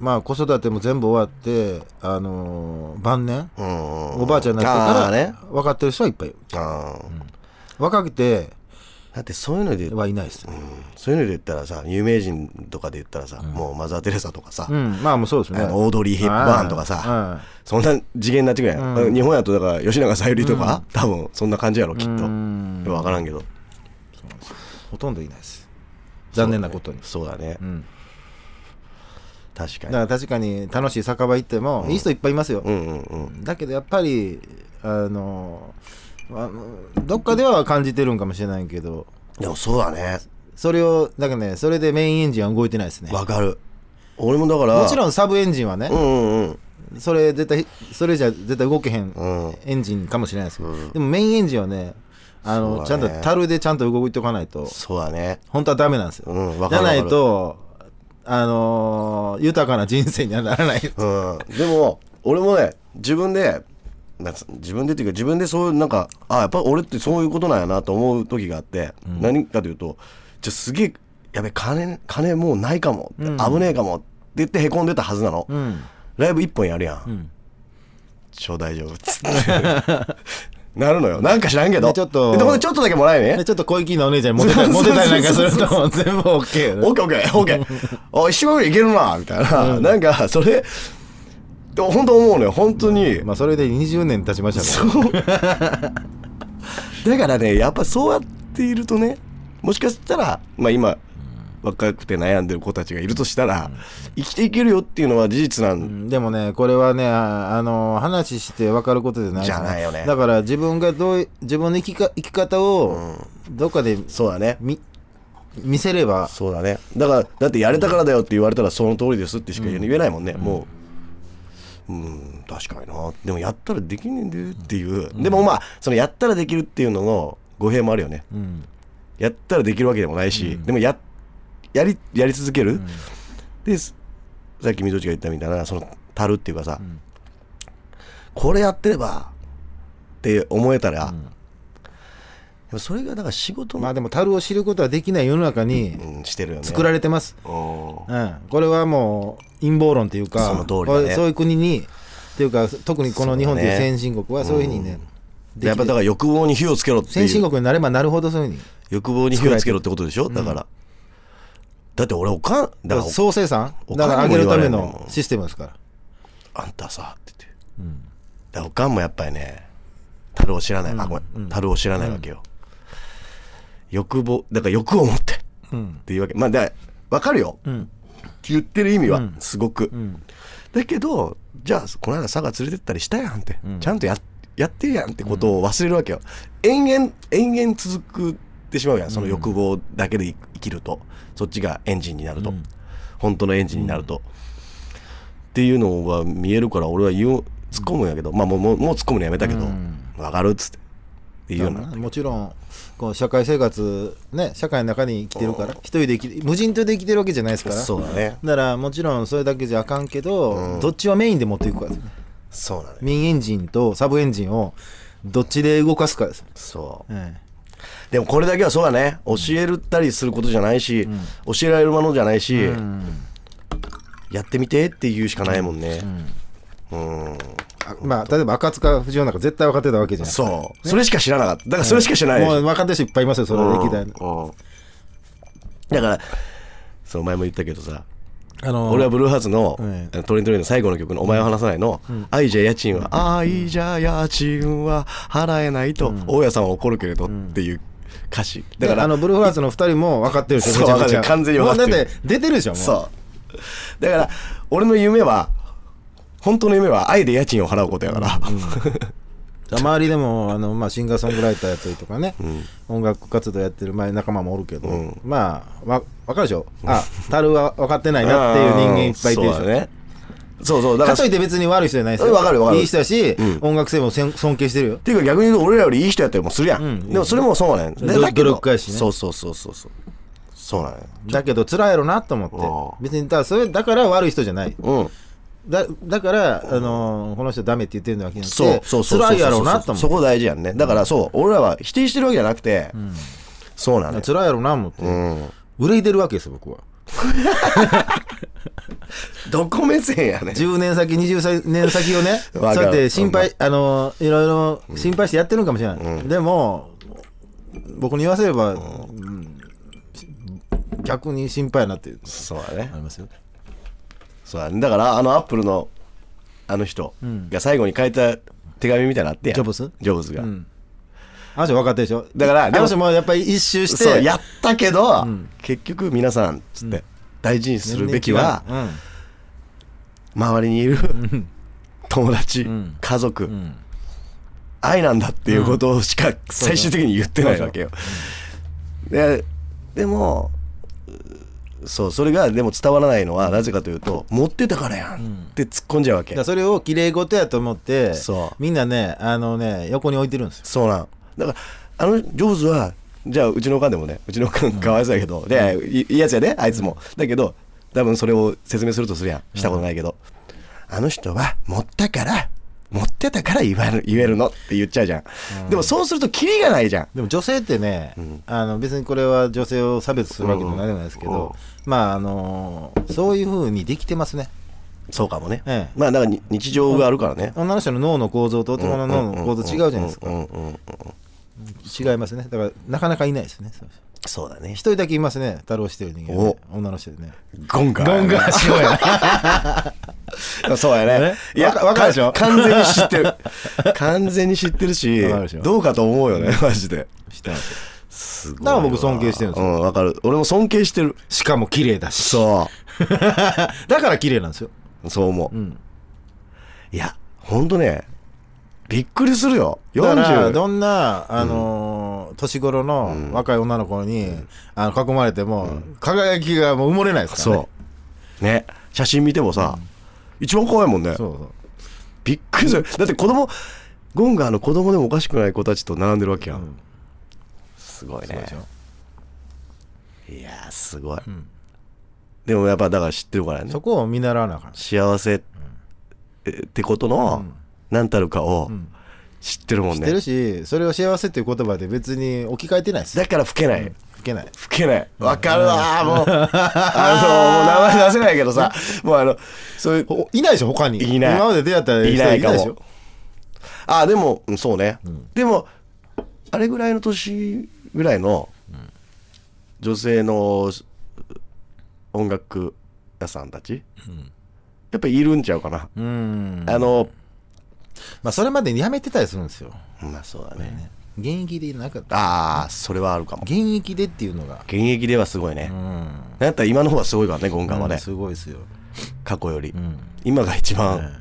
Speaker 2: まあ子育ても全部終わってあのー晩年
Speaker 1: うんうん
Speaker 2: おばあちゃんにな
Speaker 1: あー
Speaker 2: ってか
Speaker 1: ね
Speaker 2: ら分かってる人はいっぱいいる
Speaker 1: あー
Speaker 2: 若くて
Speaker 1: だってそういうので、
Speaker 2: はいないですね
Speaker 1: そういうので言ったらさ有名人とかで言ったらさ、もうマザー・テレサとかさ、
Speaker 2: うん、まあもうそうですね
Speaker 1: あのオードリー・ヒップバーンとかさ、
Speaker 2: はい
Speaker 1: そんな次元になってくれ、ん、日本やとだから吉永小百合とか、多分そんな感じやろきっと、
Speaker 2: うん
Speaker 1: 分からんけど
Speaker 2: ほとんどいないです残念なことに
Speaker 1: そうだね、
Speaker 2: うん
Speaker 1: 確か
Speaker 2: だ
Speaker 1: に
Speaker 2: から確かに楽しい酒場行っても、いい人いっぱいいますよ、
Speaker 1: うんうんうん
Speaker 2: だけどやっぱりあのあのどっかでは感じてるんかもしれないけど
Speaker 1: でもそうだね
Speaker 2: それをだからねそれでメインエンジンは動いてないですね
Speaker 1: 分かる俺もだから
Speaker 2: もちろんサブエンジンはね
Speaker 1: う、んうん
Speaker 2: それ絶対それじゃ絶対動けへん
Speaker 1: うんうん
Speaker 2: エンジンかもしれないですけど、でもメインエンジンはねあの
Speaker 1: そう
Speaker 2: ちゃ
Speaker 1: だ
Speaker 2: ん
Speaker 1: ね
Speaker 2: と樽でちゃんと動いておかないと
Speaker 1: そうだね
Speaker 2: 本当はダメなんですよ、
Speaker 1: うんわ
Speaker 2: じ
Speaker 1: か
Speaker 2: ゃ
Speaker 1: るわか
Speaker 2: な
Speaker 1: る
Speaker 2: いとあのー豊かな人生にはならない
Speaker 1: うんでも俺もね自分でなんつ自分でっていうか自分でそういうなんかあやっぱ俺ってそういうことなんやなと思う時があって、何かというとじゃあすげえやべ金金もうないかもって、危ねえかもって言ってへこんでたはずなの、
Speaker 2: うん
Speaker 1: ライブ一本やるやん、超大丈夫っつって なるのよなんか知らんけど
Speaker 2: でちょっと
Speaker 1: でこでちょっとだけもらえね
Speaker 2: でちょっと小粋なお姉ちゃんにモテ たりモテたりなんかすると全部 OK
Speaker 1: オ
Speaker 2: よ
Speaker 1: ッケーオッケーオッケーお一生懸命いけるなみたいな、なんかそれでも本当思うのよ本当に、
Speaker 2: まあそれで20年経ちましたか
Speaker 1: そうだからねやっぱそうやっているとねもしかしたらまあ今若くて悩んでる子たちがいるとしたら、生きていけるよっていうのは事実な
Speaker 2: うんんでもね、これはね、ああの話して分かることじゃない
Speaker 1: じゃないよね
Speaker 2: だから自分がどうい自分の生きか生き方をどっかで
Speaker 1: そうだね
Speaker 2: 見見せれば、
Speaker 1: そうだねだからだってやれたからだよって言われたらその通りですってしか言え言えないもんね、もううん確かになでもやったらできねえんだよっていう、でもまあそのやったらできるっていうのの語弊もあるよね
Speaker 2: うん
Speaker 1: やったらできるわけでもないし、でもややりやり続ける、ですさっき水内が言ったみたいなそのたるっていうかさ、
Speaker 2: ん
Speaker 1: これやってればって思えた
Speaker 2: ん
Speaker 1: ら、やっぱそれがだから仕事
Speaker 2: ま
Speaker 1: の、
Speaker 2: あでも樽を知ることはできない世の中に
Speaker 1: うん、してるよね
Speaker 2: 作られてます、
Speaker 1: うん
Speaker 2: うん、これはもう陰謀論というか
Speaker 1: その通りだね
Speaker 2: これそういう国にっていうか特にこの日本という
Speaker 1: そうだね
Speaker 2: 先進国はそういうふうにねで
Speaker 1: やっぱだから欲望に火をつけろって
Speaker 2: 先
Speaker 1: い
Speaker 2: 進
Speaker 1: う
Speaker 2: 国になればなるほどそういうふうに
Speaker 1: 欲望に火をつけろってことでしょだから、だって俺おかんだから
Speaker 2: 総生産
Speaker 1: お
Speaker 2: だから上げるため
Speaker 1: お金も言われない
Speaker 2: の
Speaker 1: もん
Speaker 2: システムですから
Speaker 1: あんたさって言って、だからおかんもやっぱりね樽を知らない、あごめん樽を知らないわけよ、欲望だから欲を持ってっていうわけまあだから分かるよ、言ってる意味はすごく、だけどじゃあこの間佐賀連れてったりしたやんって、ちゃんとややってるやんってことを忘れるわけよ延々延々続くってしまうやんその欲望だけで生生きるとそっちがエンジンになると、本当のエンジンになると、っていうのは見えるから俺は言う突っ込むんやけど、まあもうもうもう突っ込むのやめたけど、わ分かるっつってっていうような
Speaker 2: もちろんこう社会生活ね社会の中に生きてるから一人で生き無人島で生きてるわけじゃないですから
Speaker 1: そうだね
Speaker 2: だからもちろんそれだけじゃあかんけど、どっちはメインで持っていくかです
Speaker 1: そうなのよ
Speaker 2: メインエンジンとサブエンジンをどっちで動かすかです、
Speaker 1: そう
Speaker 2: え
Speaker 1: でもこれだけはそうだね教えるったりすることじゃないし、教えられるものじゃないし、
Speaker 2: えうん
Speaker 1: やってみてって言うしかないもんねうん、
Speaker 2: あまあ例えば赤塚不二夫なんか絶対分かってたわけじゃない
Speaker 1: そうそれしか知らなかっただからそれしか知らないでし
Speaker 2: も
Speaker 1: ょ
Speaker 2: う分かってる人いっぱいいますよそれ歴代の
Speaker 1: うんうんだからそう前も言ったけどさ
Speaker 2: あの
Speaker 1: 俺はブルーハーツの、
Speaker 2: ええ
Speaker 1: トレントレインの最後の曲の「お前を離さないの」愛じゃ家賃は、愛じゃ家賃は払えないと、大家さんは怒るけれど」っていう歌詞だ
Speaker 2: だ
Speaker 1: か
Speaker 2: から
Speaker 1: ら
Speaker 2: あのブルーハーツの2人も分かってるでしょ
Speaker 1: そ
Speaker 2: め
Speaker 1: う
Speaker 2: ちゃくち
Speaker 1: 分か
Speaker 2: ゃ
Speaker 1: ってる完全に分かってる
Speaker 2: もうだって出てるでしょもう
Speaker 1: そうだから俺の夢は本当の夢は愛で家賃を払うことやから、
Speaker 2: 周りでもあの、まあ、シンガーソングライターやったりとかね、音楽活動やってる前仲間もおるけど、まあわ分かるでしょあ樽は分かってないなっていう人間いっぱいいてるでし
Speaker 1: そ
Speaker 2: ょ
Speaker 1: うだねそうそうだ
Speaker 2: か
Speaker 1: から
Speaker 2: といって別に悪い人じゃないですよ
Speaker 1: うん分かる分かる
Speaker 2: いい人だし、
Speaker 1: うん
Speaker 2: 音楽性もせん尊敬してるよ
Speaker 1: っていうか逆に言うと俺らよりいい人やったりもするやん、
Speaker 2: ん
Speaker 1: でもそれもそうなんやで
Speaker 2: 努
Speaker 1: だけ
Speaker 2: 努
Speaker 1: ど
Speaker 2: 力家やしね
Speaker 1: そうそうそうそうそうそうなんや
Speaker 2: だけど辛いやろなと思
Speaker 1: あ
Speaker 2: っ
Speaker 1: あ
Speaker 2: て別にだからそれだから悪い人じゃない
Speaker 1: うん
Speaker 2: だだから、あのーこの人ダメって言ってるのわけじゃなくて
Speaker 1: そうそうそうそう
Speaker 2: 辛いやろうなと思
Speaker 1: そ
Speaker 2: って
Speaker 1: こ大事やんねだからそう俺らは否定してるわけじゃなくて、そうなのよ
Speaker 2: 辛いやろうな思って、憂いでるわけですよ僕は
Speaker 1: どこ目線やねん
Speaker 2: 10年先20歳年先をねそう
Speaker 1: わかる
Speaker 2: やって心配、あのーいろいろ心配してやってるんかもしれない、でも僕に言わせれば、うん逆に心配やなっていう
Speaker 1: そうだね
Speaker 2: ありますよ
Speaker 1: そうだねだからあのアップルのあの人が最後に書いた手紙みたいなのあってやん
Speaker 2: ジョブズ
Speaker 1: ジョブズが、
Speaker 2: あの人分かってるでしょ
Speaker 1: だから
Speaker 2: あ
Speaker 1: でも
Speaker 2: の人もやっぱり一周して
Speaker 1: そうやったけど、結局皆さんつって大事にするべきは
Speaker 2: 年々違う
Speaker 1: 周りにいる友達、家族、愛なんだっていうことをしか最終的に言ってないわけよ。ででもうそうそれがでも伝わらないのはなぜかというと持ってたからやんって突っ込んじゃうわ
Speaker 2: だ
Speaker 1: け、
Speaker 2: からそれをきれい事やと思って
Speaker 1: そう
Speaker 2: みんなねあのね横に置いてるんですよ
Speaker 1: そうなんだからあのジョブズはじゃあうちのおかんでもねうちのおかんかわいそうやけど、でいいいやつやであいつも、だけど多分それを説明するとするやんしたことないけど、あの人は持ったから持ってたから言わる言えるのって言っちゃうじゃん、でもそうするとキリがないじゃん
Speaker 2: でも女性ってね、あの別にこれは女性を差別するわけでもないでもないですけ
Speaker 1: うんうん
Speaker 2: ど、まああのそういうふうにできてますね
Speaker 1: そうかもね、
Speaker 2: ええ
Speaker 1: まあだからに日常があるからね、
Speaker 2: 女の人の脳の構造と男の脳の構造違うじゃないですか
Speaker 1: うんうんうん
Speaker 2: 違いますねだからなかなかいないですねそう
Speaker 1: そうだね
Speaker 2: 一人だけいますね太郎してる人間、ね、女の人でね
Speaker 1: ゴンガー
Speaker 2: ゴンガーしようや
Speaker 1: そうやね
Speaker 2: ね。わかわかるでしょ
Speaker 1: 完全に知ってる。完全に知ってるし
Speaker 2: わかるでしょ、
Speaker 1: どうかと思うよね、マジで。
Speaker 2: してます
Speaker 1: すごい
Speaker 2: だから
Speaker 1: わ
Speaker 2: 僕尊敬してるんですよ
Speaker 1: うんわかる俺も尊敬してる
Speaker 2: しかも綺麗だし
Speaker 1: そ
Speaker 2: だから綺麗なんですよ
Speaker 1: うそう思う、
Speaker 2: ん
Speaker 1: いやほんとねびっくりするよ
Speaker 2: だから
Speaker 1: 40
Speaker 2: どんな、あのー年頃の若い女の子に、あの囲まれても、輝きがもう埋もれないですからね
Speaker 1: そうね写真見てもさ、一番怖いもん
Speaker 2: そ
Speaker 1: ね
Speaker 2: うそう
Speaker 1: びっくりするだって子供ゴンがあの子供でもおかしくない子たちと並んでるわけやん、
Speaker 2: ん
Speaker 1: すごい
Speaker 2: そう
Speaker 1: ね
Speaker 2: でしょ
Speaker 1: いやーすごい、
Speaker 2: ん
Speaker 1: でもやっぱだから知ってるからね
Speaker 2: そこを見習わなあかん
Speaker 1: 幸せえってことの何たるかを知ってるもん
Speaker 2: 知
Speaker 1: ね、
Speaker 2: ってるしそれを幸せっていう言葉で別に置き換えてないです
Speaker 1: だから老けない、
Speaker 2: いけない
Speaker 1: 老けないわかるわーも うあのもう名前出せないけどさもうあのそういう
Speaker 2: いないでしょ他に
Speaker 1: いない
Speaker 2: 今まで出会った人
Speaker 1: いないか
Speaker 2: でし
Speaker 1: も
Speaker 2: ょ
Speaker 1: あでもうんそうね、でもあれぐらいの年ぐらいの女性の音楽屋さんたち、やっぱいるんちゃうかな、
Speaker 2: うん
Speaker 1: あの
Speaker 2: まあそれまでに辞めてたりするんですよ
Speaker 1: まあそうだね、
Speaker 2: 現役でなかった
Speaker 1: ああそれはあるかも
Speaker 2: 現役でっていうのが
Speaker 1: 現役ではすごいね、
Speaker 2: うん
Speaker 1: なんやったら今の方がすごいからね、ゴンガンはね、
Speaker 2: すごいですよ
Speaker 1: 過去より。
Speaker 2: うん
Speaker 1: 今が一番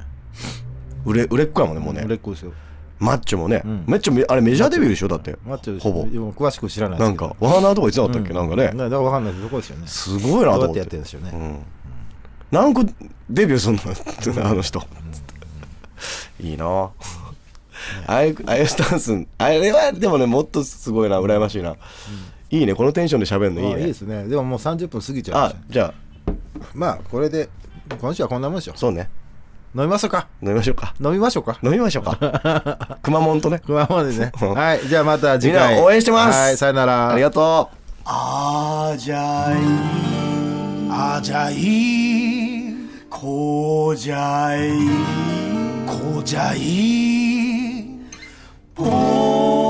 Speaker 1: 売れ売れっ子やもんね、もう
Speaker 2: 売れ
Speaker 1: ね。
Speaker 2: っ子ですよ
Speaker 1: マッチョもね、
Speaker 2: ん
Speaker 1: マッチョめ、あれメジャーデビューでしょ、だって
Speaker 2: マッチョで。しょ
Speaker 1: ほぼ。
Speaker 2: でも詳しく知らないです
Speaker 1: な
Speaker 2: け
Speaker 1: ん
Speaker 2: ど
Speaker 1: か、ワーナーとか言ってなかったっけ、なんか
Speaker 2: うん
Speaker 1: ね。
Speaker 2: だから分かんないですどこですよね
Speaker 1: すご
Speaker 2: どう
Speaker 1: いなと
Speaker 2: や
Speaker 1: 思
Speaker 2: っ
Speaker 1: って
Speaker 2: や
Speaker 1: て
Speaker 2: って。るんですよね
Speaker 1: うん何個デビューすんのあの人。いいなああいうああいうスタンス、あれはでもね、もっとすごいな、羨ましいな。いいね、このテンションで喋るのい
Speaker 2: ま
Speaker 1: い
Speaker 2: あいい
Speaker 1: ね
Speaker 2: で。すねでももう30分過ぎちゃいま
Speaker 1: あ
Speaker 2: したね、
Speaker 1: じゃ
Speaker 2: まあこれで今週はこんなもんでしょ
Speaker 1: あ、そうね。
Speaker 2: 飲みましょうか
Speaker 1: 飲みましょうか。
Speaker 2: 飲みましょうか
Speaker 1: 飲みましょうか。 熊本とね。
Speaker 2: 熊本 ですね。はい。じゃあまた次
Speaker 1: みん
Speaker 2: 回。
Speaker 1: な応援してます
Speaker 2: はい。さよなら。
Speaker 1: ありがとう。あじゃい、あじゃい、こうじゃい、こうじゃい、ぽ